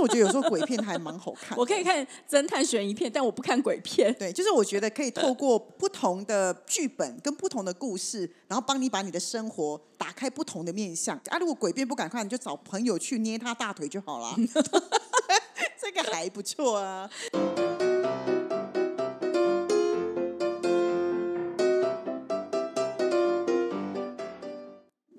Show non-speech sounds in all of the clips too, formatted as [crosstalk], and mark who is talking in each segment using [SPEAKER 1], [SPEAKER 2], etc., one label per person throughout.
[SPEAKER 1] 我觉得有时候鬼片还蛮好看
[SPEAKER 2] [laughs]
[SPEAKER 1] 的。
[SPEAKER 2] 我可以看侦探悬疑片，但我不看鬼片。
[SPEAKER 1] 对，就是我觉得可以透过不同的剧本跟不同的故事，然后帮你把你的生活打开不同的面向。啊，如果鬼片不敢看，你就找朋友去捏他大腿就好
[SPEAKER 2] [laughs]
[SPEAKER 1] 啦。这个还不错啊。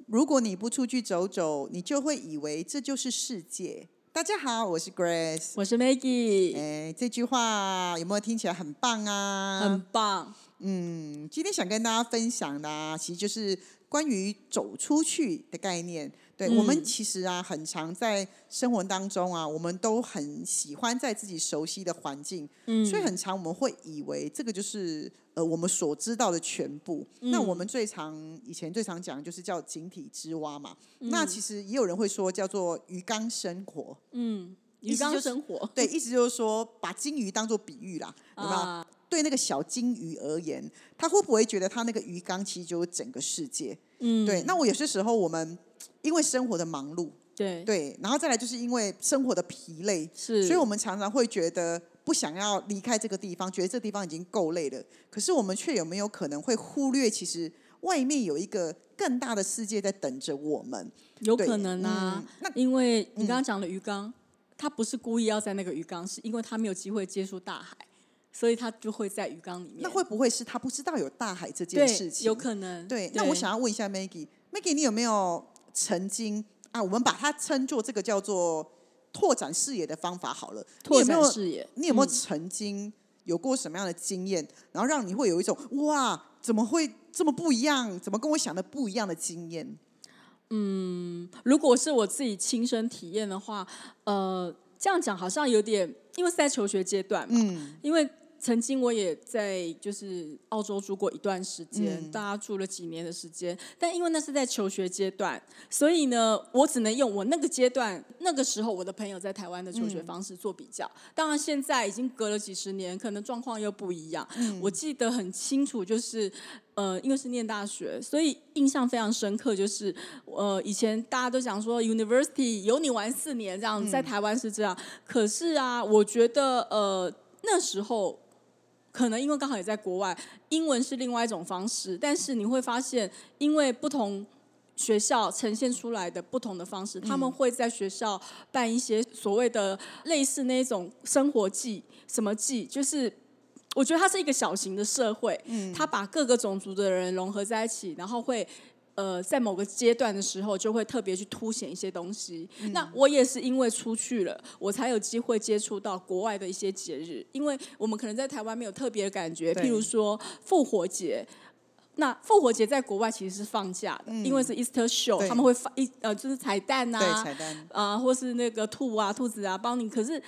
[SPEAKER 1] 如果你不出去走走，你就会以为这就是世界。大家好，我是 Grace。
[SPEAKER 2] [laughs] 我是 Maggie，、
[SPEAKER 1] 哎，这句话有没有听起来很棒啊？
[SPEAKER 2] 很棒。
[SPEAKER 1] 嗯，今天想跟大家分享的、啊，其实就是关于走出去的概念。对、我
[SPEAKER 2] 嗯
[SPEAKER 1] 们其实啊，很常在生活当中啊，我们都很喜欢在自己熟悉的环境，
[SPEAKER 2] 嗯
[SPEAKER 1] 所以很常我们会以为这个就是呃我们所知道的全部。那
[SPEAKER 2] 嗯
[SPEAKER 1] 我们最常以前最常讲就是叫井底之蛙嘛，那其实也有人会说叫做鱼缸生活。
[SPEAKER 2] 嗯，
[SPEAKER 1] 意
[SPEAKER 2] 鱼
[SPEAKER 1] 思就
[SPEAKER 2] 缸
[SPEAKER 1] 是
[SPEAKER 2] 生活
[SPEAKER 1] 对，意思就是说把金鱼当做比喻啦，对吧？
[SPEAKER 2] 嗯啊，
[SPEAKER 1] 对那个小金鱼而言，他会不会觉得他那个鱼缸其实就是整个世界？
[SPEAKER 2] 嗯，
[SPEAKER 1] 对，那我有些时候我们因为生活的忙碌，
[SPEAKER 2] 对
[SPEAKER 1] 对，然后再来就是因为生活的疲累，
[SPEAKER 2] 是，
[SPEAKER 1] 所以我们常常会觉得不想要离开这个地方，觉得这地方已经够累了。可是我们却有没有可能会忽略，其实外面有一个更大的世界在等着我们？
[SPEAKER 2] 有
[SPEAKER 1] 对
[SPEAKER 2] 可能啊
[SPEAKER 1] 嗯，那
[SPEAKER 2] 因为你刚刚讲的鱼缸，他不是故意要在那个鱼缸，是因为他没有机会接触大海，所以他就会在鱼缸里面。
[SPEAKER 1] 那会不会是他不知道有大海这件事
[SPEAKER 2] 对，
[SPEAKER 1] 情？
[SPEAKER 2] 有可能。
[SPEAKER 1] 对，那我想要问一下 Maggie，Maggie，你有没有曾经啊？我们把它称作这个叫做拓展视野的方法好了。
[SPEAKER 2] 拓
[SPEAKER 1] 你有
[SPEAKER 2] 展
[SPEAKER 1] 没有？
[SPEAKER 2] 视野，嗯
[SPEAKER 1] 你有没有曾经有过什么样的经验，然后让你会有一种哇，怎么会这么不一样？怎么跟我想的不一样的经验？
[SPEAKER 2] 如果是我自己亲身体验的话，呃，这样讲好像有点，因为是在求学阶段嘛，
[SPEAKER 1] 嗯
[SPEAKER 2] 因为曾经我也在就是澳洲住过一段时间，
[SPEAKER 1] 嗯
[SPEAKER 2] 大家住了几年的时间，但因为那是在求学阶段，所以呢，我只能用我那个阶段那个时候我的朋友在台湾的求
[SPEAKER 1] 嗯
[SPEAKER 2] 学方式做比较。当然，现在已经隔了几十年，可能状况又不一样。
[SPEAKER 1] 嗯
[SPEAKER 2] 我记得很清楚，就是呃，因为是念大学，所以印象非常深刻，就是呃，以前大家都讲说 university 有你玩四年这样，在台湾是这样。可是啊，我觉得呃那时候。可能因为刚好也在国外，英文是另外一种方式，但是你会发现，因为不同学校呈现出来的不同的方式，他们会在学校办一些所谓的类似那种生活季、什么季，就是我觉得它是一个小型的社会，它把各个种族的人融合在一起，然后会。呃，在某个阶段的时候，就会特别去凸显一些东西。那我也是因为出去了，我才有机会接触到国外的一些节日，因为我们可能在台湾没有特别的感觉，
[SPEAKER 1] 对
[SPEAKER 2] 譬如说复活节。那复活节在国外其实是放假的，因为是 Easter show，
[SPEAKER 1] 嗯对
[SPEAKER 2] 他们会放一呃就是彩蛋呐、
[SPEAKER 1] 对，彩蛋。
[SPEAKER 2] 啊、或是那个兔啊、兔子啊帮你。可是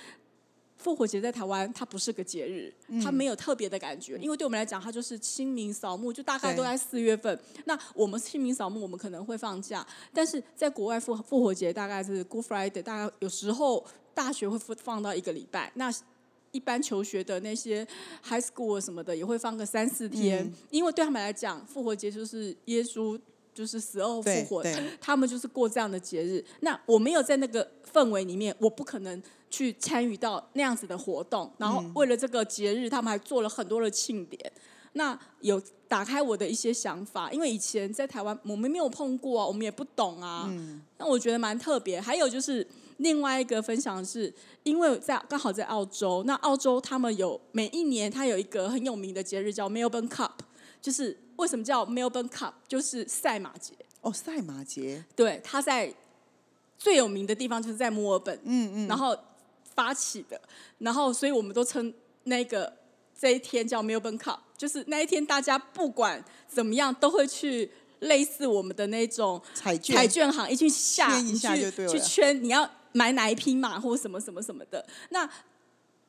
[SPEAKER 2] 复活节在台湾它不是个节日，
[SPEAKER 1] 嗯
[SPEAKER 2] 它没有特别的感觉，因为对我们来讲，它就是清明扫墓，就大概
[SPEAKER 1] 对
[SPEAKER 2] 都在四月份。那我们清明扫墓，我们可能会放假，但是在国外复复活节大概是 Good Friday，大概有时候大学会放放到一个礼拜。那一般求学的那些 high school 什么的也会放个三四天，
[SPEAKER 1] 嗯
[SPEAKER 2] 因为对他们来讲，复活节就是耶稣就是死后复
[SPEAKER 1] 对
[SPEAKER 2] 活
[SPEAKER 1] 对，
[SPEAKER 2] 他们就是过这样的节日。那我没有在那个氛围里面，我不可能去参与到那样子的活
[SPEAKER 1] 嗯
[SPEAKER 2] 动。然后为了这个节日，他们还做了很多的庆典。那有打开我的一些想法，因为以前在台湾我们没有碰过啊，我们也不懂啊。
[SPEAKER 1] 嗯
[SPEAKER 2] 那我觉得蛮特别。还有就是另外一个分享是，因为在刚好在澳洲，那澳洲他们有每一年它有一个很有名的节日叫 Melbourne Cup，就是为什么叫 Melbourne Cup，就是赛马节。
[SPEAKER 1] 哦，赛马节，
[SPEAKER 2] 对，他在最有名的地方就是在墨尔本，嗯嗯，然后发起的，然后所以我们都称那个这一天叫 Melbourne Cup，就是那一天大家不管怎么样都会去类似我们的那种
[SPEAKER 1] 彩券，
[SPEAKER 2] 彩券行一去下，
[SPEAKER 1] 圈一
[SPEAKER 2] 你
[SPEAKER 1] 下
[SPEAKER 2] 去
[SPEAKER 1] 就对了
[SPEAKER 2] 去圈你要买哪一匹马或什么什么什么的。那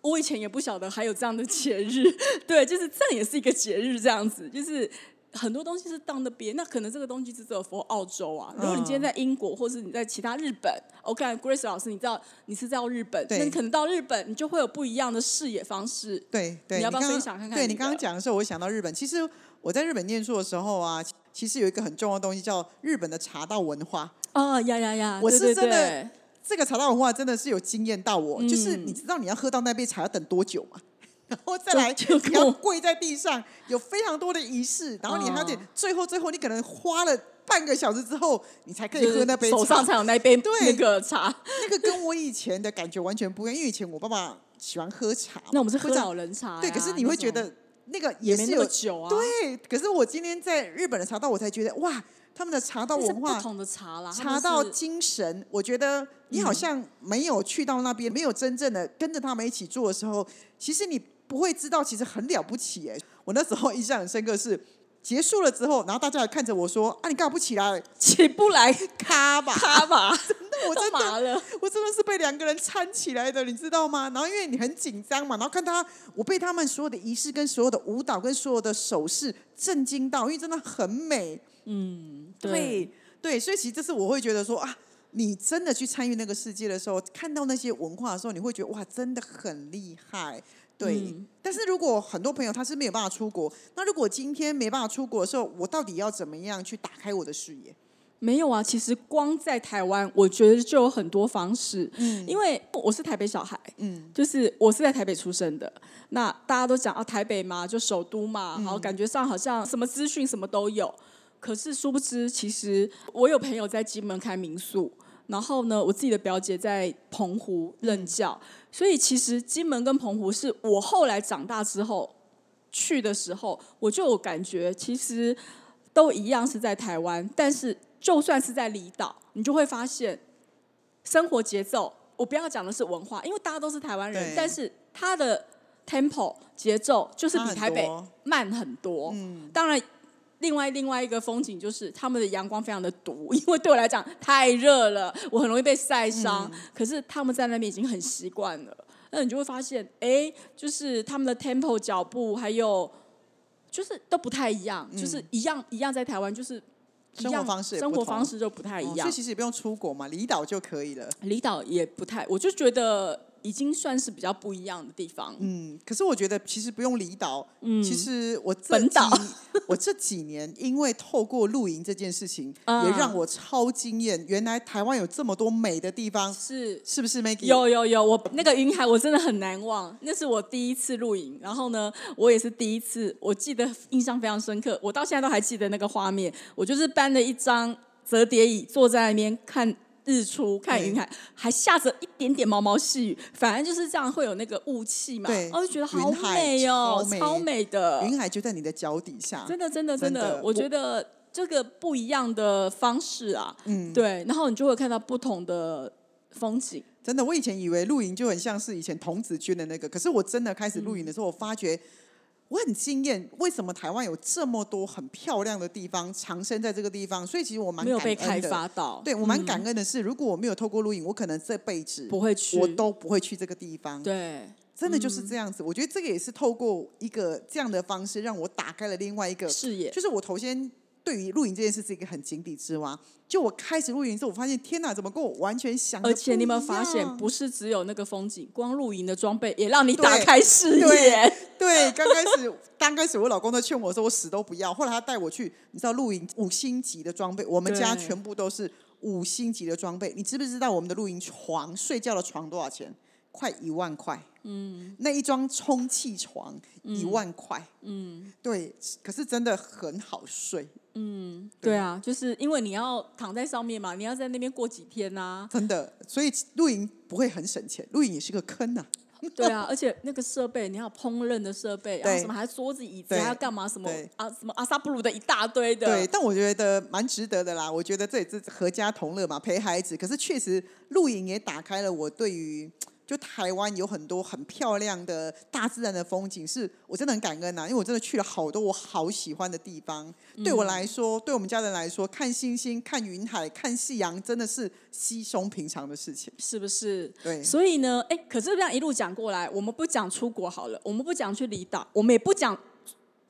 [SPEAKER 2] 我以前也不晓得还有这样的节日， [laughs] 对，就是这也是一个节日，这样子，就是很多东西是到那边，那可能这个东西只有 for 澳洲啊。如果你今天在英国，或是你在其他日本，OK，Grace、老师，你知道你是到日本，
[SPEAKER 1] 对
[SPEAKER 2] 那你可能到日本，你就会有不一样的视野方式。
[SPEAKER 1] 对对，
[SPEAKER 2] 你要不要
[SPEAKER 1] 刚刚
[SPEAKER 2] 分享看看
[SPEAKER 1] 对
[SPEAKER 2] 你
[SPEAKER 1] 你刚刚
[SPEAKER 2] 的
[SPEAKER 1] 讲的时候，我想到日本。其实我在日本念书的时候啊，其其实有一个很重要的东西叫日本的茶道文化。
[SPEAKER 2] 啊、呀呀呀，
[SPEAKER 1] 我
[SPEAKER 2] 对
[SPEAKER 1] 是
[SPEAKER 2] 对
[SPEAKER 1] 真的
[SPEAKER 2] 对
[SPEAKER 1] 这个茶道文化真的是有惊艳到
[SPEAKER 2] 嗯
[SPEAKER 1] 我，就是你知道你要喝到那杯茶要等多久吗？ [laughs] 然后再来，
[SPEAKER 2] 就就
[SPEAKER 1] 你要
[SPEAKER 2] 够
[SPEAKER 1] 跪在地上，有非常多的仪式，然后你还有点，
[SPEAKER 2] 嗯
[SPEAKER 1] 最后最后你可能花了半个小时之后，你才可以
[SPEAKER 2] 就是
[SPEAKER 1] 喝那杯茶。
[SPEAKER 2] 手上才 [laughs] 有那杯那个茶。
[SPEAKER 1] 那个跟我以前的感觉完全不一样，因为以前我爸爸喜欢喝茶嘛，
[SPEAKER 2] [laughs] 那我们是喝
[SPEAKER 1] 会长
[SPEAKER 2] 老人茶呀，
[SPEAKER 1] 对，可是你
[SPEAKER 2] 那
[SPEAKER 1] 会觉
[SPEAKER 2] 种
[SPEAKER 1] 得那个
[SPEAKER 2] 也
[SPEAKER 1] 也
[SPEAKER 2] 没
[SPEAKER 1] 是
[SPEAKER 2] 那
[SPEAKER 1] 有
[SPEAKER 2] 么久啊，
[SPEAKER 1] 对，可是我今天在日本的茶道，我才觉得哇，他们的茶道
[SPEAKER 2] 但是
[SPEAKER 1] 文化
[SPEAKER 2] 不同的茶啦，他
[SPEAKER 1] 茶
[SPEAKER 2] 们
[SPEAKER 1] 道
[SPEAKER 2] 是
[SPEAKER 1] 精神，我觉得你好像没有去到那边，没有真正的跟着他们一起做的时候，其实你不会知道，其实很了不起哎。我那时候印象很深刻是。结束了之后，然后大家还看着我说：“啊，你干嘛不起来？
[SPEAKER 2] 起不 [laughs] 来
[SPEAKER 1] 咔吧！”
[SPEAKER 2] 咖 [laughs] 吧，
[SPEAKER 1] 我
[SPEAKER 2] 都
[SPEAKER 1] 真的
[SPEAKER 2] 麻 [laughs] 了，
[SPEAKER 1] 我真的是被两个人搀起来的，你知道吗？然后因为你很紧张嘛，然后看他，我被他们所有的仪式、跟所有的舞蹈、跟所有的手势震惊到，因为真的很美。对对，所以其实这是我会觉得说啊，你真的去参与那个世界的时候，看到那些文化的时候，你会觉得哇，真的很厉害。对，
[SPEAKER 2] 嗯
[SPEAKER 1] 但是如果很多朋友他是没有办法出国，那如果今天没办法出国的时候，我到底要怎么样去打开我的视野？
[SPEAKER 2] 没有啊，其实光在台湾，我觉得就有很多方式。嗯，因为我是台北小孩，嗯，就是我是在台北出生的。那大家都讲啊，台北嘛，就首都嘛，然后感觉上好像什么资讯什么都有。可是殊不知，其实我有朋友在金门开民宿，然后呢，我自己的表姐在澎湖任教，所以其实金门跟澎湖是我后来长大之后去的时候，我就有感觉，其实都一样是在台湾，但是就算是在离岛，你就会发现生活节奏。我不要讲的是文化，因为大家都是台湾人
[SPEAKER 1] 对，
[SPEAKER 2] 但是他的 tempo 节奏就是
[SPEAKER 1] 差
[SPEAKER 2] 比
[SPEAKER 1] 很
[SPEAKER 2] 台北
[SPEAKER 1] 多
[SPEAKER 2] 慢很多。嗯，当然，另外另外一个风景就是他们的阳光非常的毒， [laughs] 因为对我来讲太热了，我很容易被晒伤。
[SPEAKER 1] 嗯
[SPEAKER 2] 可是他们在那边已经很习惯了，那你就会发现，哎，就是他们的 tempo 脚步还有。就是都不太一样，就是一样一样在台湾，就是一
[SPEAKER 1] 嗯生活
[SPEAKER 2] 样
[SPEAKER 1] 方式也
[SPEAKER 2] 生
[SPEAKER 1] 不
[SPEAKER 2] 活
[SPEAKER 1] 同
[SPEAKER 2] 方式就不太一
[SPEAKER 1] 哦所
[SPEAKER 2] 样
[SPEAKER 1] 以，其实也不用出国嘛，离岛就可以了。
[SPEAKER 2] 离岛也不太，我就觉得已经算是比较不一样的地方。
[SPEAKER 1] 嗯，可是我觉得其实不用离岛，其实我这
[SPEAKER 2] 嗯本岛
[SPEAKER 1] 几我这几年因为透过露营这件事情，
[SPEAKER 2] [laughs] 嗯
[SPEAKER 1] 也让我超惊艳，原来台湾有这么多美的地方，
[SPEAKER 2] 是
[SPEAKER 1] 是不是？Maggie
[SPEAKER 2] 有有有，我那个云海我真的很难忘，那是我第一次露营，然后呢，我也是第一次，我记得印象非常深刻，我到现在都还记得那个画面。我就是搬了一张折叠椅坐在那边看日出，看云海，还下着一点点毛毛细雨，反正就是这样会有那个雾气嘛，
[SPEAKER 1] 对
[SPEAKER 2] 然后就觉得好
[SPEAKER 1] 云海
[SPEAKER 2] 美哦
[SPEAKER 1] 超，美
[SPEAKER 2] 超美的，
[SPEAKER 1] 云海就在你的脚底下，
[SPEAKER 2] 真的，真的，
[SPEAKER 1] 真
[SPEAKER 2] 真
[SPEAKER 1] 的
[SPEAKER 2] 的，
[SPEAKER 1] 我
[SPEAKER 2] 我觉得这个不一样的方式啊，嗯，对，然后你就会看到不同的风景，
[SPEAKER 1] 真的，我以前以为露营就很像是以前童子军的那个，可是我真的开始露营
[SPEAKER 2] 嗯
[SPEAKER 1] 的时候，我发觉我很惊艳，为什么台湾有这么多很漂亮的地方藏身在这个地方？所以其实我蛮
[SPEAKER 2] 没有被
[SPEAKER 1] 感
[SPEAKER 2] 开
[SPEAKER 1] 恩的
[SPEAKER 2] 发到，
[SPEAKER 1] 对我蛮感恩的是，如果我没有透过录影，我可能这辈子
[SPEAKER 2] 不会去
[SPEAKER 1] 我都不会去这个地方。
[SPEAKER 2] 对，嗯
[SPEAKER 1] 真的就是这样子。我觉得这个也是透过一个这样的方式，让我打开了另外一个
[SPEAKER 2] 视野
[SPEAKER 1] 就是我头先对于露营这件事是一个很井底之蛙。就我开始露营之后，我发现天哪，怎么跟我完全想的
[SPEAKER 2] 而且你有没有
[SPEAKER 1] 不一
[SPEAKER 2] 发现，
[SPEAKER 1] 样
[SPEAKER 2] 不是只有那个风景，光露营的装备也让你
[SPEAKER 1] 对
[SPEAKER 2] 打开视野
[SPEAKER 1] 对。对，刚开始刚开始我老公在劝我说我死都不要，后来他带我去，你知道露营五星级的装备，我们家
[SPEAKER 2] 对
[SPEAKER 1] 全部都是五星级的装备。你知不知道我们的露营床睡觉的床多少钱？快一万块。嗯，那一张充气床一万块。嗯，对，可是真的很好睡，
[SPEAKER 2] 对啊，就是因为你要躺在上面嘛，你要在那边过几天啊
[SPEAKER 1] [laughs]
[SPEAKER 2] 呐、
[SPEAKER 1] 真的。所以露营不会很省钱，露营也是个坑呐、
[SPEAKER 2] 对啊，而且那个设备，你要烹饪的设备，然
[SPEAKER 1] 对
[SPEAKER 2] 后什么还桌子椅子，
[SPEAKER 1] 对
[SPEAKER 2] 还要干嘛什么
[SPEAKER 1] 对
[SPEAKER 2] 啊什么阿萨布鲁的一大堆的，
[SPEAKER 1] 对，但我觉得蛮值得的啦。我觉得这也是合家同乐嘛，陪孩子。可是确实，露营也打开了我对于就台湾有很多很漂亮的大自然的风景，是我真的很感恩呐、因为我真的去了好多我好喜欢的地方。对
[SPEAKER 2] 嗯
[SPEAKER 1] 我来说，对我们家人来说，看星星、看云海、看夕阳，真的是稀松平常的事情。
[SPEAKER 2] 是不是？
[SPEAKER 1] 对
[SPEAKER 2] 所以呢，哎，可是这样一路讲过来，我们不讲出国好了，我们不讲去离岛，我们也不讲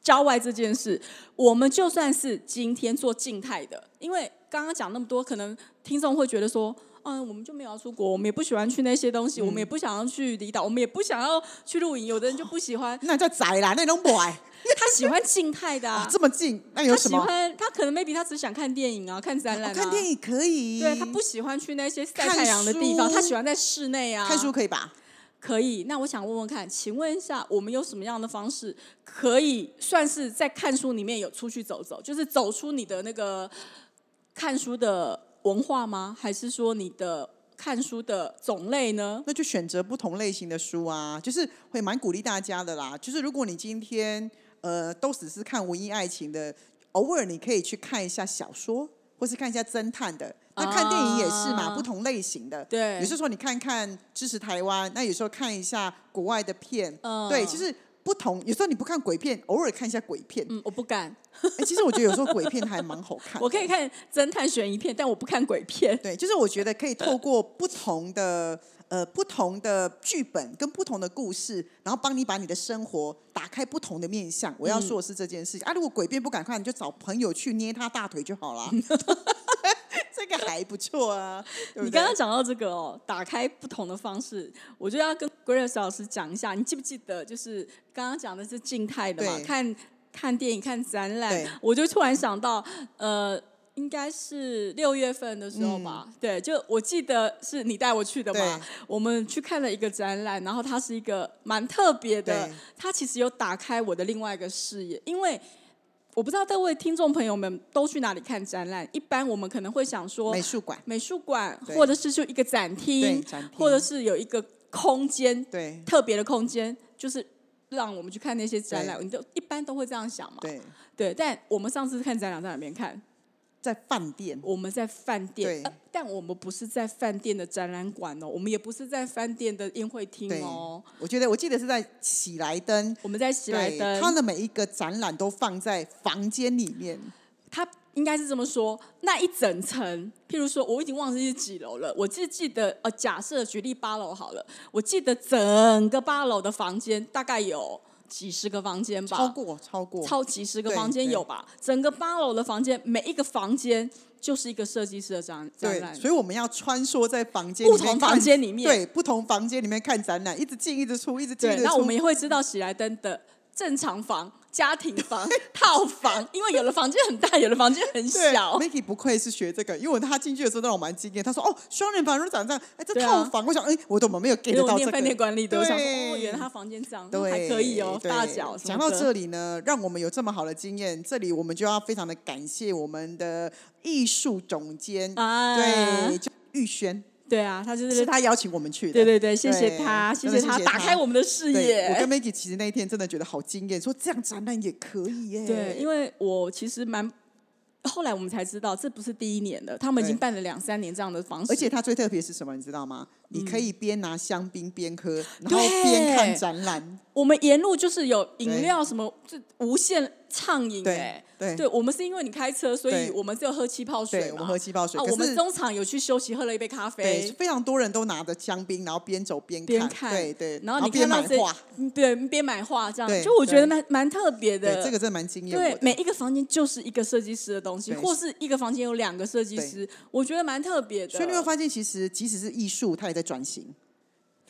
[SPEAKER 2] 郊外这件事，我们就算是今天做静态的，因为刚刚讲那么多，可能听众会觉得说，嗯，我们就没有要出国，我们也不喜欢去那些东
[SPEAKER 1] 嗯
[SPEAKER 2] 西，我们也不想要去离岛，我们也不想要去露营。有的人就不喜欢，
[SPEAKER 1] 那叫宅啦，那种不爱、
[SPEAKER 2] 他喜欢静态的、啊
[SPEAKER 1] 啊，这么近，那有
[SPEAKER 2] 他
[SPEAKER 1] 什
[SPEAKER 2] 喜
[SPEAKER 1] 么？
[SPEAKER 2] 欢他可能 maybe 他只想看电影啊，看展览、
[SPEAKER 1] 我
[SPEAKER 2] 啊，
[SPEAKER 1] 看电影可以，
[SPEAKER 2] 对他不喜欢去那些晒
[SPEAKER 1] 看
[SPEAKER 2] 太阳的地方，
[SPEAKER 1] 书
[SPEAKER 2] 他喜欢在室内啊。
[SPEAKER 1] 看书可以吧？
[SPEAKER 2] 可以。那我想问问看，请问一下，我们有什么样的方式可以算是在看书里面有出去走走，就是走出你的那个看书的文化吗？还是说你的看书的种类呢？
[SPEAKER 1] 那就选择不同类型的书啊，就是会蛮鼓励大家的啦。就是如果你今天呃都只是看文艺爱情的，偶尔你可以去看一下小说，或是看一下侦探的。那看电影也是嘛，
[SPEAKER 2] 啊
[SPEAKER 1] 不同类型的。
[SPEAKER 2] 对
[SPEAKER 1] 有时候你看看支持台湾，那有时候看一下国外的片，
[SPEAKER 2] 嗯
[SPEAKER 1] 对，就是不同。有时候你不看鬼片，偶尔看一下鬼片。
[SPEAKER 2] 嗯，我不敢，
[SPEAKER 1] 哎其实我觉得有时候鬼片还蛮好看的。
[SPEAKER 2] [laughs] 我可以看侦探悬疑片，但我不看鬼片。
[SPEAKER 1] 对，就是我觉得可以透过不同的呃不同的剧本跟不同的故事，然后帮你把你的生活打开不同的面向。我要
[SPEAKER 2] 嗯
[SPEAKER 1] 说的是这件事情、啊，如果鬼片不敢看，你就找朋友去捏他大腿就好
[SPEAKER 2] [laughs]
[SPEAKER 1] 啦。这个还不错啊，对不
[SPEAKER 2] 你
[SPEAKER 1] 对
[SPEAKER 2] 刚刚讲到这个哦，打开不同的方式，我就要跟 Grace 老师讲一下，你记不记得，就是刚刚讲的是静态的嘛，
[SPEAKER 1] 对
[SPEAKER 2] 看看电影、看展览
[SPEAKER 1] 对，
[SPEAKER 2] 我就突然想到，呃。应该是六月份的时候吧，对，就我记得是你带我去的嘛
[SPEAKER 1] 嗯对，
[SPEAKER 2] 我们去看了一个展览，然后它是一个蛮特别的
[SPEAKER 1] 对，
[SPEAKER 2] 它其实有打开我的另外一个视野，因为我不知道各位听众朋友们都去哪里看展览，一般我们可能会想说，
[SPEAKER 1] 美术馆
[SPEAKER 2] 美术馆，
[SPEAKER 1] 对
[SPEAKER 2] 或者是就一个展
[SPEAKER 1] 对
[SPEAKER 2] 厅，
[SPEAKER 1] 展厅
[SPEAKER 2] 或者是有一个空间
[SPEAKER 1] 对
[SPEAKER 2] 特别的空间，就是让我们去看那些展览。
[SPEAKER 1] 对
[SPEAKER 2] 你都一般都会这样想嘛？
[SPEAKER 1] 对，
[SPEAKER 2] 对但我们上次看展览在哪边看？
[SPEAKER 1] 在饭店
[SPEAKER 2] 我们在饭店、
[SPEAKER 1] 对
[SPEAKER 2] 呃但我们不是在饭店的展览馆哦，我们也不是在饭店的宴会厅
[SPEAKER 1] 对
[SPEAKER 2] 哦，，
[SPEAKER 1] 我觉得我记得是在喜来登。
[SPEAKER 2] 我们在喜来
[SPEAKER 1] 对，
[SPEAKER 2] 登。
[SPEAKER 1] 他的每一个展览都放在房间里面，
[SPEAKER 2] 它应该是这么说，那一整层，譬如说，我已经忘记是几楼了，我只记得呃，假设举例八楼好了，我记得整个八楼的房间大概有几十个房间吧，
[SPEAKER 1] 超过超过
[SPEAKER 2] 超几十个
[SPEAKER 1] 对
[SPEAKER 2] 房间
[SPEAKER 1] 对
[SPEAKER 2] 有吧，整个八楼的房间，每一个房间就是一个设计师的展展
[SPEAKER 1] 对，
[SPEAKER 2] 览。
[SPEAKER 1] 所以我们要穿梭在房间
[SPEAKER 2] 不
[SPEAKER 1] 里面
[SPEAKER 2] 同
[SPEAKER 1] 看
[SPEAKER 2] 房间里面
[SPEAKER 1] 对，不同房间里面看展览，一直进一直出，一直进一
[SPEAKER 2] 对，
[SPEAKER 1] 直出。
[SPEAKER 2] 那我们也会知道喜来登的正常房、家庭
[SPEAKER 1] [laughs]
[SPEAKER 2] 房、套房，因为有的房间很大，有的房间很
[SPEAKER 1] 对
[SPEAKER 2] 小。
[SPEAKER 1] Mickey 不愧是学这个，因为他进去的时候让我蛮惊艳。他说：“哦，双人房如果长这样，哎，这
[SPEAKER 2] 对啊
[SPEAKER 1] 套房，我想，哎，我怎么没有
[SPEAKER 2] 因
[SPEAKER 1] get
[SPEAKER 2] [laughs] 为
[SPEAKER 1] 到
[SPEAKER 2] 我
[SPEAKER 1] 这
[SPEAKER 2] 念饭店
[SPEAKER 1] 个？”
[SPEAKER 2] 管理的，我想说，哦，
[SPEAKER 1] 对
[SPEAKER 2] 原来他房间这样，
[SPEAKER 1] 对，
[SPEAKER 2] 还可以哦，
[SPEAKER 1] 对
[SPEAKER 2] 大脚什
[SPEAKER 1] 讲
[SPEAKER 2] 么
[SPEAKER 1] 到
[SPEAKER 2] 的
[SPEAKER 1] 这里呢，让我们有这么好的经验，这里我们就要非常的感谢我们的艺术总监，
[SPEAKER 2] 啊，
[SPEAKER 1] 对，就玉轩，
[SPEAKER 2] 对啊，他就是
[SPEAKER 1] 是，他邀请我们去的。
[SPEAKER 2] 对对对，谢谢
[SPEAKER 1] 对
[SPEAKER 2] 他，谢
[SPEAKER 1] 真的
[SPEAKER 2] 他
[SPEAKER 1] 谢谢
[SPEAKER 2] 打开我们的视
[SPEAKER 1] 对，我
[SPEAKER 2] 野
[SPEAKER 1] 跟。Maggie 其实那一天真的觉得好惊艳，说这样展览也可以耶。
[SPEAKER 2] 对，因为我其实蛮，后来我们才知道这不是第一年了，他们已经
[SPEAKER 1] 对
[SPEAKER 2] 办了两三年这样的方式，
[SPEAKER 1] 而且它最特别是什么，你知道吗？你可以边拿香槟边喝，然后
[SPEAKER 2] 嗯对
[SPEAKER 1] 边看展览。
[SPEAKER 2] 我们沿路就是有饮
[SPEAKER 1] 对
[SPEAKER 2] 料什么，就无限畅饮哎
[SPEAKER 1] 对。对
[SPEAKER 2] 对，我们是因为你开车，所以
[SPEAKER 1] 对
[SPEAKER 2] 我们只有喝气泡水
[SPEAKER 1] 对，
[SPEAKER 2] 嘛。
[SPEAKER 1] 我们喝气泡水，
[SPEAKER 2] 啊，
[SPEAKER 1] 可
[SPEAKER 2] 我们
[SPEAKER 1] 是
[SPEAKER 2] 中场有去休息，喝了一杯咖啡
[SPEAKER 1] 对，。非常多人都拿着香槟，然后边走边看，
[SPEAKER 2] 边看，
[SPEAKER 1] 对对，
[SPEAKER 2] 然
[SPEAKER 1] 后
[SPEAKER 2] 你
[SPEAKER 1] 边
[SPEAKER 2] 看到
[SPEAKER 1] 买
[SPEAKER 2] 这
[SPEAKER 1] 画，，
[SPEAKER 2] 嗯对，边买画这样，
[SPEAKER 1] 对
[SPEAKER 2] 就我觉得
[SPEAKER 1] 对
[SPEAKER 2] 蛮蛮特别
[SPEAKER 1] 对，
[SPEAKER 2] 的。
[SPEAKER 1] 这个真的蛮惊艳我
[SPEAKER 2] 对
[SPEAKER 1] 的。
[SPEAKER 2] 每一个房间就是一个设计师的东西，
[SPEAKER 1] 对
[SPEAKER 2] 或是一个房间有两个设计师，我觉得蛮特别的。
[SPEAKER 1] 所以你会发现，其实即使是艺术，它也在转型。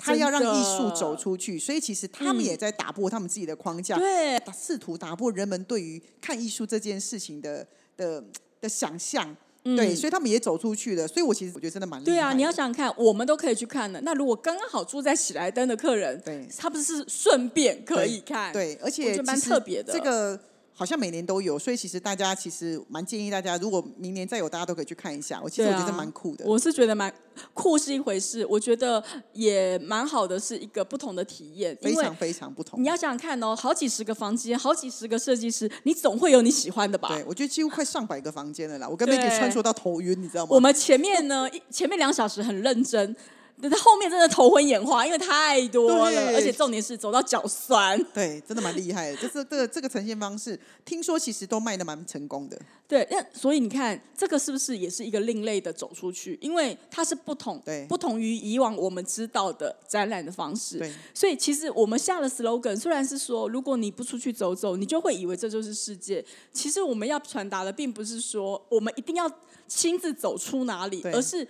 [SPEAKER 1] 它要让
[SPEAKER 2] 真的嗯
[SPEAKER 1] 艺术走出去，所以其实他们也在打破他们自己的框架，
[SPEAKER 2] 对
[SPEAKER 1] 打试图打破人们对于看艺术这件事情的的的想象。对，所以他们也走出去了。所以我其实我觉得真的蛮厉害
[SPEAKER 2] 嗯对啊，
[SPEAKER 1] 的
[SPEAKER 2] 你要想想看，我们都可以去看的。那如果刚刚好住在喜来登的客人，
[SPEAKER 1] 对
[SPEAKER 2] 他不是顺便可以看？
[SPEAKER 1] 对，而
[SPEAKER 2] 我觉
[SPEAKER 1] 且
[SPEAKER 2] 得蛮
[SPEAKER 1] 其实
[SPEAKER 2] 特别的
[SPEAKER 1] 这个好像每年都有，所以其实大家其实蛮建议大家，如果明年再有，大家都可以去看一下。我其实
[SPEAKER 2] 对
[SPEAKER 1] 我
[SPEAKER 2] 啊
[SPEAKER 1] 觉得蛮酷的。
[SPEAKER 2] 我是觉得蛮酷是一回事，我觉得也蛮好的，是一个不同的体验。
[SPEAKER 1] 非
[SPEAKER 2] 因为
[SPEAKER 1] 常非常不同
[SPEAKER 2] 你，要想想看哦，好几十个房间，好几十个设计师，你总会有你喜欢的吧？
[SPEAKER 1] 对我觉得几乎快上百个房间了啦。我跟
[SPEAKER 2] 对
[SPEAKER 1] Maggie 穿梭到头晕，你知道吗？哦
[SPEAKER 2] 我们前面呢，一前面两小时很认真，但是后面真的头昏眼花，因为太多了，
[SPEAKER 1] 对
[SPEAKER 2] 而且重点是走到脚酸。
[SPEAKER 1] 对，真的蛮厉害的。就是这个这个呈现方式，听说其实都卖的蛮成功的。
[SPEAKER 2] 对，那所以你看，这个是不是也是一个另类的走出去？因为它是不同，
[SPEAKER 1] 对
[SPEAKER 2] 不同于以往我们知道的展览的方式。
[SPEAKER 1] 对，
[SPEAKER 2] 所以其实我们下了 slogan，虽然是说，如果你不出去走走，你就会以为这就是世界。其实我们要传达的，并不是说我们一定要亲自走出哪里，
[SPEAKER 1] 对
[SPEAKER 2] 而是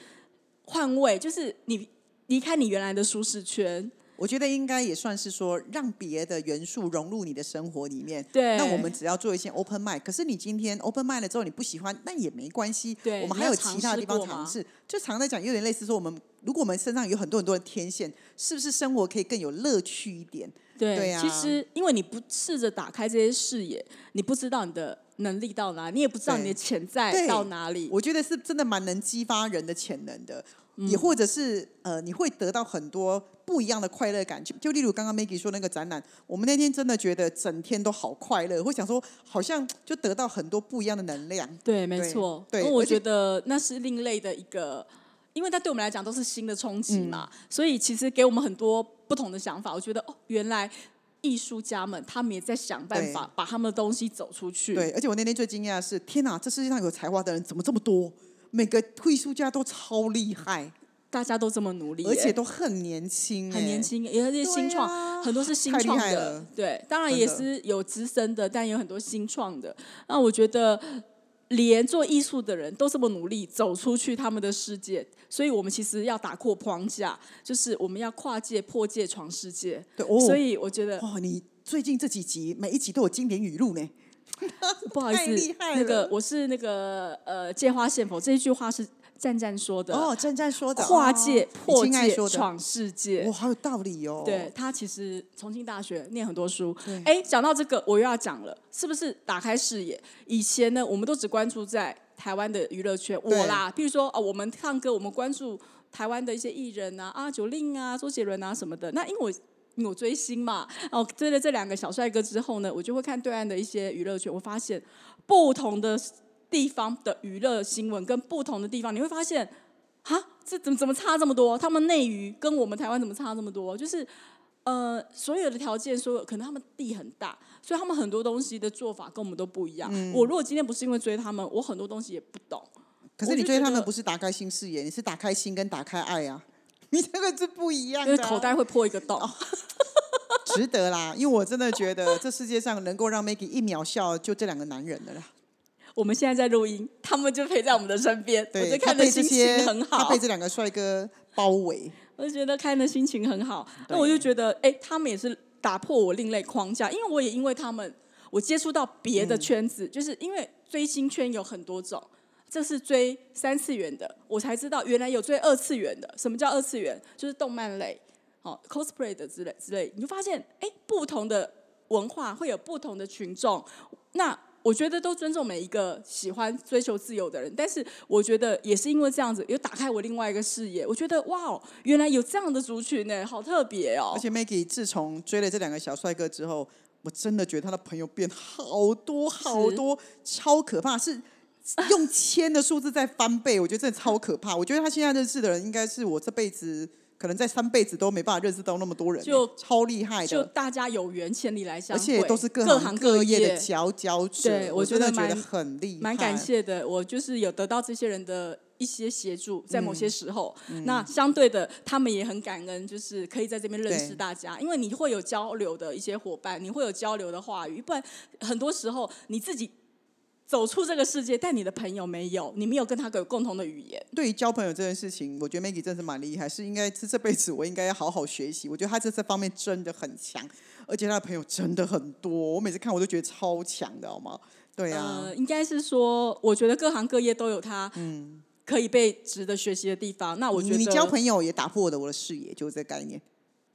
[SPEAKER 2] 换位，就是你离开你原来的舒适圈。
[SPEAKER 1] 我觉得应该也算是说，让别的元素融入你的生活里面。
[SPEAKER 2] 对
[SPEAKER 1] 那我们只要做一些 open mind。可是你今天 open mind 了之后，你不喜欢，那也没关系。
[SPEAKER 2] 对
[SPEAKER 1] 我们
[SPEAKER 2] 你
[SPEAKER 1] 还
[SPEAKER 2] 要
[SPEAKER 1] 有
[SPEAKER 2] 尝
[SPEAKER 1] 其他
[SPEAKER 2] 试
[SPEAKER 1] 地方
[SPEAKER 2] 过
[SPEAKER 1] 尝
[SPEAKER 2] 嘛
[SPEAKER 1] 试。就常在讲，有点类似说，我们如果我们身上有很多很多的天线，是不是生活可以更有乐趣一点？
[SPEAKER 2] 对，
[SPEAKER 1] 对啊
[SPEAKER 2] 其实因为你不试着打开这些视野，你不知道你的能力到哪，你也不知道
[SPEAKER 1] 对
[SPEAKER 2] 你的潜在
[SPEAKER 1] 对
[SPEAKER 2] 到哪里。
[SPEAKER 1] 我觉得是真的蛮能激发人的潜能的，
[SPEAKER 2] 嗯
[SPEAKER 1] 也或者是呃，你会得到很多不一样的快乐感。就就例如刚刚 Maggie 说那个展览，我们那天真的觉得整天都好快乐，会想说好像就得到很多不一样的能量。
[SPEAKER 2] 对，没
[SPEAKER 1] 对
[SPEAKER 2] 错。
[SPEAKER 1] 对
[SPEAKER 2] 因为我
[SPEAKER 1] 而且
[SPEAKER 2] 觉得那是另类的一个，因为它对我们来讲都是新的冲
[SPEAKER 1] 嗯
[SPEAKER 2] 击嘛，所以其实给我们很多不同的想法。我觉得哦，原来艺术家们他们也在想办
[SPEAKER 1] 对
[SPEAKER 2] 法把他们的东西走出去。
[SPEAKER 1] 对，而且我那天最惊讶的是，天哪，这世界上有才华的人怎么这么多？每个艺术家都超厉害，
[SPEAKER 2] 大家都这么努力耶，
[SPEAKER 1] 而且都很年轻、欸
[SPEAKER 2] 很年。轻，也是新创，
[SPEAKER 1] 对啊
[SPEAKER 2] 很多是新
[SPEAKER 1] 太厉
[SPEAKER 2] 创
[SPEAKER 1] 害
[SPEAKER 2] 的
[SPEAKER 1] 了，
[SPEAKER 2] 对，当然
[SPEAKER 1] 真
[SPEAKER 2] 也
[SPEAKER 1] 的
[SPEAKER 2] 是有资深的，但也有很多新创的。那我觉得，连做艺术的人都这么努力，走出去他们的世界，所以我们其实要打破框架，就是我们要跨界、破界、闯世界。
[SPEAKER 1] 对哦
[SPEAKER 2] 所以我觉得
[SPEAKER 1] 哇，你最近这几集每一集都有经典语录呢。
[SPEAKER 2] 不好意
[SPEAKER 1] 太厉
[SPEAKER 2] 思，
[SPEAKER 1] 害
[SPEAKER 2] 那个
[SPEAKER 1] 了
[SPEAKER 2] 我是那个呃，借花献佛这一句话是赞赞说的，
[SPEAKER 1] 哦，战战说的
[SPEAKER 2] 跨界、
[SPEAKER 1] 哦
[SPEAKER 2] 破
[SPEAKER 1] 你亲爱
[SPEAKER 2] 界、
[SPEAKER 1] 说的
[SPEAKER 2] 闯世界。
[SPEAKER 1] 哇，好有道理哦。
[SPEAKER 2] 对，他其实重庆大学念很多书
[SPEAKER 1] 对。
[SPEAKER 2] 哎，讲到这个，我又要讲了，是不是打开视野？以前呢，我们都只关注在台湾的娱乐圈，我
[SPEAKER 1] 对
[SPEAKER 2] 啦，譬如说哦，我们唱歌，我们关注台湾的一些艺人啊，啊，九令啊，周杰伦啊什么的。那因为我。因为我追星嘛，哦，追了这两个小帅哥之后呢，我就会看对岸的一些娱乐圈，我发现不同的地方的娱乐新闻跟不同的地方，你会发现啊，这怎么怎么差这么多？他们内娱跟我们台湾怎么差这么多？就是呃，所有的条件，所有可能他们地很大，所以他们很多东西的做法跟我们都不一样。
[SPEAKER 1] 嗯
[SPEAKER 2] 我如果今天不是因为追他们，我很多东西也不懂。
[SPEAKER 1] 可是你
[SPEAKER 2] 我就
[SPEAKER 1] 对
[SPEAKER 2] 觉
[SPEAKER 1] 他
[SPEAKER 2] 得
[SPEAKER 1] 们不是打开新视野，你是打开心跟打开爱啊。 [laughs] 你这个是不一样
[SPEAKER 2] 因为
[SPEAKER 1] 的啊、
[SPEAKER 2] 口袋 [laughs] 会破一个洞，
[SPEAKER 1] [laughs] 值得啦，因为我真的觉得这世界上能够让 Maggie 一秒笑，就这两个男人了啦。
[SPEAKER 2] 我们现在在录音，他们就陪在我们的身边，我
[SPEAKER 1] 对，
[SPEAKER 2] 就
[SPEAKER 1] 他
[SPEAKER 2] 看着
[SPEAKER 1] 被
[SPEAKER 2] 心
[SPEAKER 1] 这
[SPEAKER 2] 情
[SPEAKER 1] 些，
[SPEAKER 2] 很
[SPEAKER 1] 他
[SPEAKER 2] 好
[SPEAKER 1] 被，这两个帅哥包围。
[SPEAKER 2] 我就觉得看着心情很好。那
[SPEAKER 1] 对
[SPEAKER 2] 我就觉得，哎、他们也是打破我另类框架，因为我也因为他们，我接触到别的圈子，就是因为追星圈有很多种。这是追三次元的，我才知道原来有追二次元的。什么叫二次元？就是动漫类，哦，cosplay 的之类之类，你就发现，哎，不同的文化会有不同的群众。那我觉得都尊重每一个喜欢追求自由的人，但是我觉得也是因为这样子，有打开我另外一个视野。我觉得哇哦，原来有这样的族群呢，好特别哦
[SPEAKER 1] 而。且 Maggie 自从追了这两个小帅哥之后，我真的觉得他的朋友变好多好多，超可怕，
[SPEAKER 2] [laughs]
[SPEAKER 1] 是用千的数字在翻倍，我觉得真的超可怕。我觉得他现在认识的人，应该是我这辈子可能在三辈子都没办法认识到那么多人，
[SPEAKER 2] 就
[SPEAKER 1] 超厉害
[SPEAKER 2] 就
[SPEAKER 1] 的。
[SPEAKER 2] 大家有缘千里来相
[SPEAKER 1] 而
[SPEAKER 2] 会，
[SPEAKER 1] 且都是各
[SPEAKER 2] 行
[SPEAKER 1] 行
[SPEAKER 2] 各
[SPEAKER 1] 业的佼佼者，
[SPEAKER 2] 对我
[SPEAKER 1] 我
[SPEAKER 2] 觉
[SPEAKER 1] 真
[SPEAKER 2] 得
[SPEAKER 1] 的觉得
[SPEAKER 2] 蛮
[SPEAKER 1] 很厉害，
[SPEAKER 2] 蛮感。谢的，我就是有得到这些人的一些协助，在
[SPEAKER 1] 嗯
[SPEAKER 2] 某些时候，那相对的，他们也很感恩，就是可以在这边认识
[SPEAKER 1] 对
[SPEAKER 2] 大家，因为你会有交流的一些伙伴，你会有交流的话语，不然很多时候你自己走出这个世界，但你的朋友没有，你没有跟他有共同的语言，
[SPEAKER 1] 对于交朋友这件事情，我觉得 Maggie 真是蛮厉害，是应该是这辈子我应该要好好学习。我觉得他在这方面真的很强，而且他的朋友真的很多，我每次看我都觉得超强的，好吗？对啊，
[SPEAKER 2] 呃，应该是说，我觉得各行各业都有他，可以被值得学习的地方。那我
[SPEAKER 1] 嗯
[SPEAKER 2] 觉
[SPEAKER 1] 你
[SPEAKER 2] 得
[SPEAKER 1] 你交朋友也打破了我的视野，就是这概念，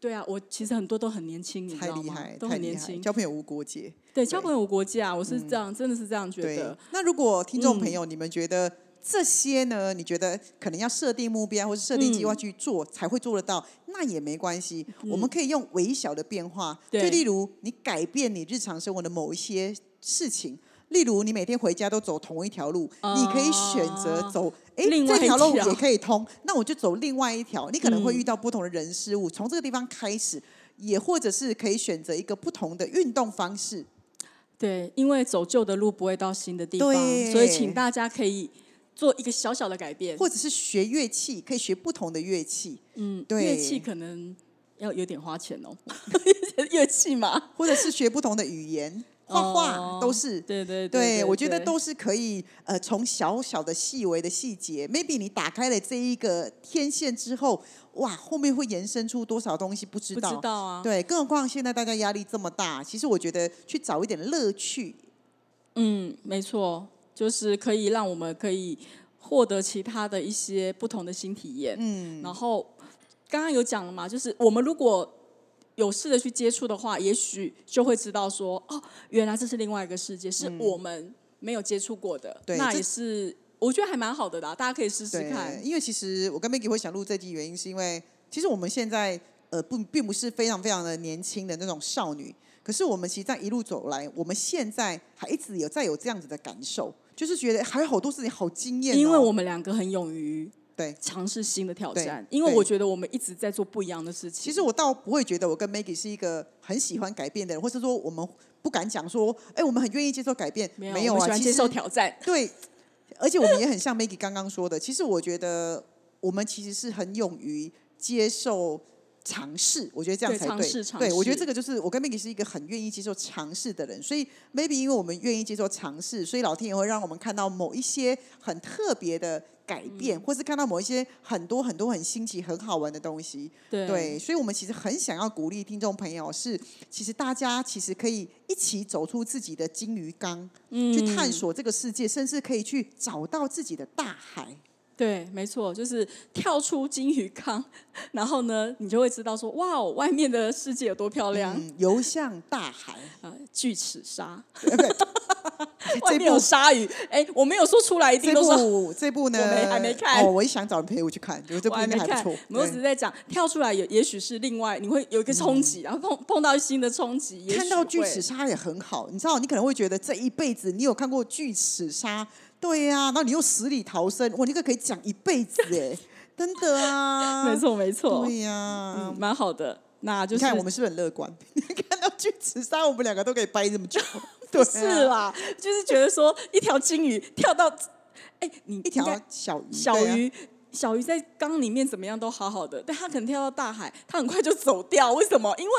[SPEAKER 2] 对啊，我其实很多都很年轻，你知
[SPEAKER 1] 太
[SPEAKER 2] 道
[SPEAKER 1] 厉
[SPEAKER 2] 吗
[SPEAKER 1] 害，？
[SPEAKER 2] 都
[SPEAKER 1] 太
[SPEAKER 2] 很
[SPEAKER 1] 厉
[SPEAKER 2] 年
[SPEAKER 1] 害，
[SPEAKER 2] 轻。
[SPEAKER 1] 交朋友无国界。
[SPEAKER 2] 对，交朋友无国界啊，我是这样，真的是这样觉
[SPEAKER 1] 嗯对
[SPEAKER 2] 得。，嗯
[SPEAKER 1] 那如果听众朋友、你们觉得这些呢，你觉得可能要设定目标或是设定计划去做、才会做得到，那也没关系，我们可以用微小的变化，
[SPEAKER 2] 嗯对
[SPEAKER 1] 就例如你改变你日常生活的某一些事情。例如，你每天回家都走同一条路，
[SPEAKER 2] 啊
[SPEAKER 1] 你可以选择走，哎，
[SPEAKER 2] 另外
[SPEAKER 1] 这
[SPEAKER 2] 一
[SPEAKER 1] 条路
[SPEAKER 2] 条嗯
[SPEAKER 1] 也可以通，那我就走另外一条。你可能会遇到不同的人事物，从这个地方开始，也或者是可以选择一个不同的运动方式，
[SPEAKER 2] 对，因为走旧的路不会到新的地方，
[SPEAKER 1] 对
[SPEAKER 2] 所以请大家可以做一个小小的改变。
[SPEAKER 1] 或者是学乐器，可以学不同的乐器，
[SPEAKER 2] 嗯，
[SPEAKER 1] 对
[SPEAKER 2] 乐器可
[SPEAKER 1] [laughs]
[SPEAKER 2] 能要有点花钱哦，乐器嘛，
[SPEAKER 1] 或者是学不同的语言。画画
[SPEAKER 2] 哦
[SPEAKER 1] 都是。
[SPEAKER 2] 对对
[SPEAKER 1] 对，我觉得
[SPEAKER 2] 对
[SPEAKER 1] 都是可以，呃，从小小的细微的细节，maybe 你打开了这一个天线之后，哇，后面会延伸出多少东西不知
[SPEAKER 2] 不
[SPEAKER 1] 道。
[SPEAKER 2] 知道啊。
[SPEAKER 1] 对，更何况现在大家压力这么大，其实我觉得去找一点乐趣，
[SPEAKER 2] 嗯，没错，就是可以让我们可以获得其他的一些不同的新体验。嗯，然后刚刚有讲了嘛，就是我们如果有试着去接触的话，也许就会知道说，哦，原来这是另外一个世界，是我们没有接触过的。
[SPEAKER 1] 嗯对
[SPEAKER 2] 那
[SPEAKER 1] 这
[SPEAKER 2] 也是我觉得还蛮好的啦，大家可以试试
[SPEAKER 1] 对，
[SPEAKER 2] 看。
[SPEAKER 1] 因为其实我跟 Maggie 会想录这集，原因是因为其实我们现在呃不并不是非常非常的年轻的那种少女，可是我们其实在一路走来，我们现在还一直有在有这样子的感受，就是觉得还有好多事情好惊艳哦、
[SPEAKER 2] 因为我们两个很勇于
[SPEAKER 1] 对。
[SPEAKER 2] 尝试新的挑
[SPEAKER 1] 对
[SPEAKER 2] 战，因为
[SPEAKER 1] 对
[SPEAKER 2] 我觉得我们一直在做不一样的事情。
[SPEAKER 1] 其实我倒不会觉得我跟 Maggie 是一个很喜欢改变的人，或是说我们不敢讲说，哎、我们很愿意接受改变，
[SPEAKER 2] 没
[SPEAKER 1] 没有
[SPEAKER 2] 有，我们
[SPEAKER 1] 啊，
[SPEAKER 2] 喜欢
[SPEAKER 1] 其
[SPEAKER 2] 接
[SPEAKER 1] 实
[SPEAKER 2] 受挑战。
[SPEAKER 1] 对，而且我们也很像 Maggie 刚刚说的，其实我觉得我们其实是很勇于接受尝试，我觉得这样
[SPEAKER 2] 对
[SPEAKER 1] 才
[SPEAKER 2] 尝
[SPEAKER 1] 对。
[SPEAKER 2] 试尝
[SPEAKER 1] 对，我觉得
[SPEAKER 2] 试
[SPEAKER 1] 这个就是我跟 Maggie 是一个很愿意接受尝试的人，所以 maybe 因为我们愿意接受尝试，所以老天也会让我们看到某一些很特别的改
[SPEAKER 2] 嗯
[SPEAKER 1] 变，或是看到某一些很多很多很新奇、很好玩的东西。
[SPEAKER 2] 对
[SPEAKER 1] 对，所以我们其实很想要鼓励听众朋友是，其实大家其实可以一起走出自己的金鱼缸，去
[SPEAKER 2] 嗯
[SPEAKER 1] 探索这个世界，甚至可以去找到自己的大海。
[SPEAKER 2] 对，没错，就是跳出金鱼缸，然后呢，你就会知道说，哇哦，外面的世界有多漂亮啊、
[SPEAKER 1] 嗯，游向大海。呃
[SPEAKER 2] 巨齿鲨， [laughs] 外
[SPEAKER 1] 这
[SPEAKER 2] 面有
[SPEAKER 1] 部
[SPEAKER 2] 鲨鱼，哎，我没有说出来，一定
[SPEAKER 1] 这
[SPEAKER 2] 都是
[SPEAKER 1] 部这部呢，
[SPEAKER 2] 我没还没看
[SPEAKER 1] 哦，我也想找人陪我去看，觉得这
[SPEAKER 2] 我
[SPEAKER 1] 部
[SPEAKER 2] 还
[SPEAKER 1] 应
[SPEAKER 2] 没
[SPEAKER 1] 该
[SPEAKER 2] 看
[SPEAKER 1] 还不错。，
[SPEAKER 2] 我只是在讲跳出来也也许是另外，你会有一个冲击，然后碰碰到新的冲击，也许
[SPEAKER 1] 嗯看到巨齿
[SPEAKER 2] 会
[SPEAKER 1] 鲨也很好，你知道，你可能会觉得这一辈子你有看过巨齿鲨，对呀、然后你又死里逃生，哇，你这个可以讲一辈子哎，真的啊，
[SPEAKER 2] [laughs] 没错没错，
[SPEAKER 1] 对呀、
[SPEAKER 2] 嗯，蛮好的。那就
[SPEAKER 1] 你
[SPEAKER 2] 是
[SPEAKER 1] 看我们是不是很乐观？ [laughs] 看到巨齿鲨，我们两个都可以掰这么
[SPEAKER 2] [laughs]
[SPEAKER 1] 久，对、
[SPEAKER 2] 是
[SPEAKER 1] 啊，
[SPEAKER 2] 啦，就是觉得说一条金鱼跳到，哎，你
[SPEAKER 1] 一
[SPEAKER 2] 应该
[SPEAKER 1] 条小鱼，
[SPEAKER 2] 小
[SPEAKER 1] 对啊
[SPEAKER 2] 鱼、小鱼在缸里面怎么样都好好的，但它可能跳到大海，它很快就走掉，为什么？因为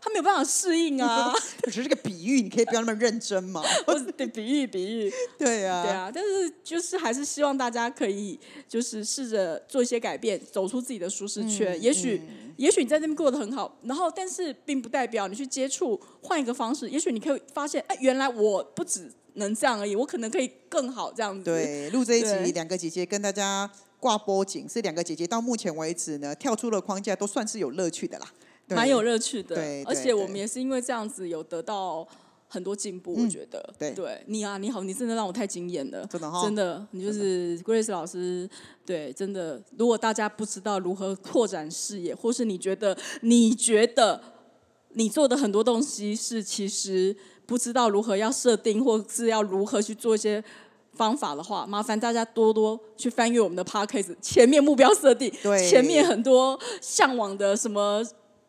[SPEAKER 2] 它没有办法适
[SPEAKER 1] [laughs]
[SPEAKER 2] 应 [laughs] 啊。
[SPEAKER 1] 我只是个比喻，你可以不要那么认真嘛？
[SPEAKER 2] 我得比喻比喻，
[SPEAKER 1] 对啊，
[SPEAKER 2] [laughs] 对啊，但是就是还是希望大家可以就是试着做一些改变，走出自己的舒适圈。也许、也许你在那边过得很好，然后但是并不代表你去接触换一个方式，也许你可以发现，哎，原来我不只能这样而已，我可能可以更好这样子。
[SPEAKER 1] 对，录这一
[SPEAKER 2] 对
[SPEAKER 1] 集，两个姐姐跟大家挂波景，是两个姐姐到目前为止呢，跳出了框架，都算是有乐趣的啦，对
[SPEAKER 2] 蛮有乐趣的
[SPEAKER 1] 对。
[SPEAKER 2] 而
[SPEAKER 1] 对
[SPEAKER 2] 且我
[SPEAKER 1] 对
[SPEAKER 2] 们也是因为这样子有得到很多进步，我觉得。
[SPEAKER 1] 嗯对
[SPEAKER 2] 你啊，你好，你真的让我太惊艳了，
[SPEAKER 1] 真的哈
[SPEAKER 2] 真的，你就是 Grace 老师，对，真的。如果大家不知道如何拓展视野，或是你觉得你觉得你做的很多东西是其实不知道如何要设定，或是要如何去做一些。方法的话，麻烦大家多多去翻阅我们的 p a c k a g e 前面目标设定，
[SPEAKER 1] 对
[SPEAKER 2] 前面很多向往的什么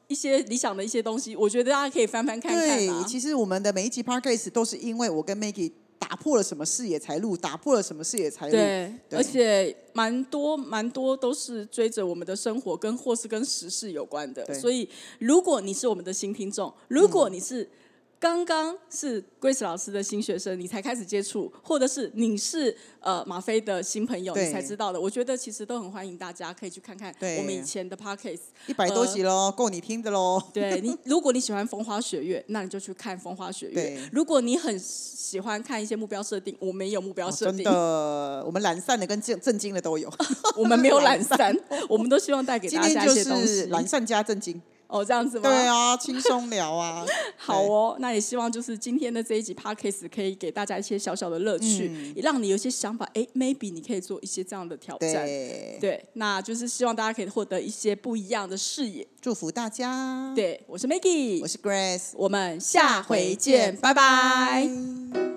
[SPEAKER 2] 一些理想的一些东西，我觉得大家可以翻翻看看啊
[SPEAKER 1] 对，。其实我们的每一集 podcast 都是因为我跟 Maggie 打破了什么视野才录，打破了什么视野才录。
[SPEAKER 2] 对，
[SPEAKER 1] 对
[SPEAKER 2] 而且蛮多蛮多都是追着我们的生活跟或是跟时事有关的，
[SPEAKER 1] 对嗯
[SPEAKER 2] 所以如果你是我们的新听众，如果你是刚刚是 Grace 老师的新学生，你才开始接触，或者是你是呃马飞的新朋友，
[SPEAKER 1] 对
[SPEAKER 2] 你才知道的，我觉得其实都很欢迎大家可以去看看
[SPEAKER 1] 对
[SPEAKER 2] 我们以前的 Pockets，
[SPEAKER 1] 一百多集喽，够你听的喽。
[SPEAKER 2] 对你，如果你喜欢风花雪月，那你就去看风花雪月
[SPEAKER 1] 对；
[SPEAKER 2] 如果你很喜欢看一些目标设定，我们也有目标
[SPEAKER 1] 哦
[SPEAKER 2] 设
[SPEAKER 1] 真
[SPEAKER 2] 定，
[SPEAKER 1] 的，我们懒散的跟正正经的都有。
[SPEAKER 2] 我们没有
[SPEAKER 1] [laughs]
[SPEAKER 2] 懒散，我们都希望带给
[SPEAKER 1] 今
[SPEAKER 2] 大
[SPEAKER 1] 天
[SPEAKER 2] 家一
[SPEAKER 1] 就
[SPEAKER 2] 些东
[SPEAKER 1] 是
[SPEAKER 2] 西。
[SPEAKER 1] 懒散加正经。
[SPEAKER 2] 哦，这样子吗？
[SPEAKER 1] 对啊，轻松聊
[SPEAKER 2] [laughs]
[SPEAKER 1] 啊。
[SPEAKER 2] 好哦，那也希望就是今天的这一集 podcast 可以给大家一些小小的乐趣，
[SPEAKER 1] 嗯
[SPEAKER 2] 也让你有一些想法。哎，maybe 你可以做一些这样的挑战。
[SPEAKER 1] 对，
[SPEAKER 2] 对，那就是希望大家可以获得一些不一样的视野。
[SPEAKER 1] 祝福大家。，
[SPEAKER 2] 对我是 Maggie，
[SPEAKER 1] 我是 Grace。嗯
[SPEAKER 2] 我们下回见，拜拜
[SPEAKER 1] 拜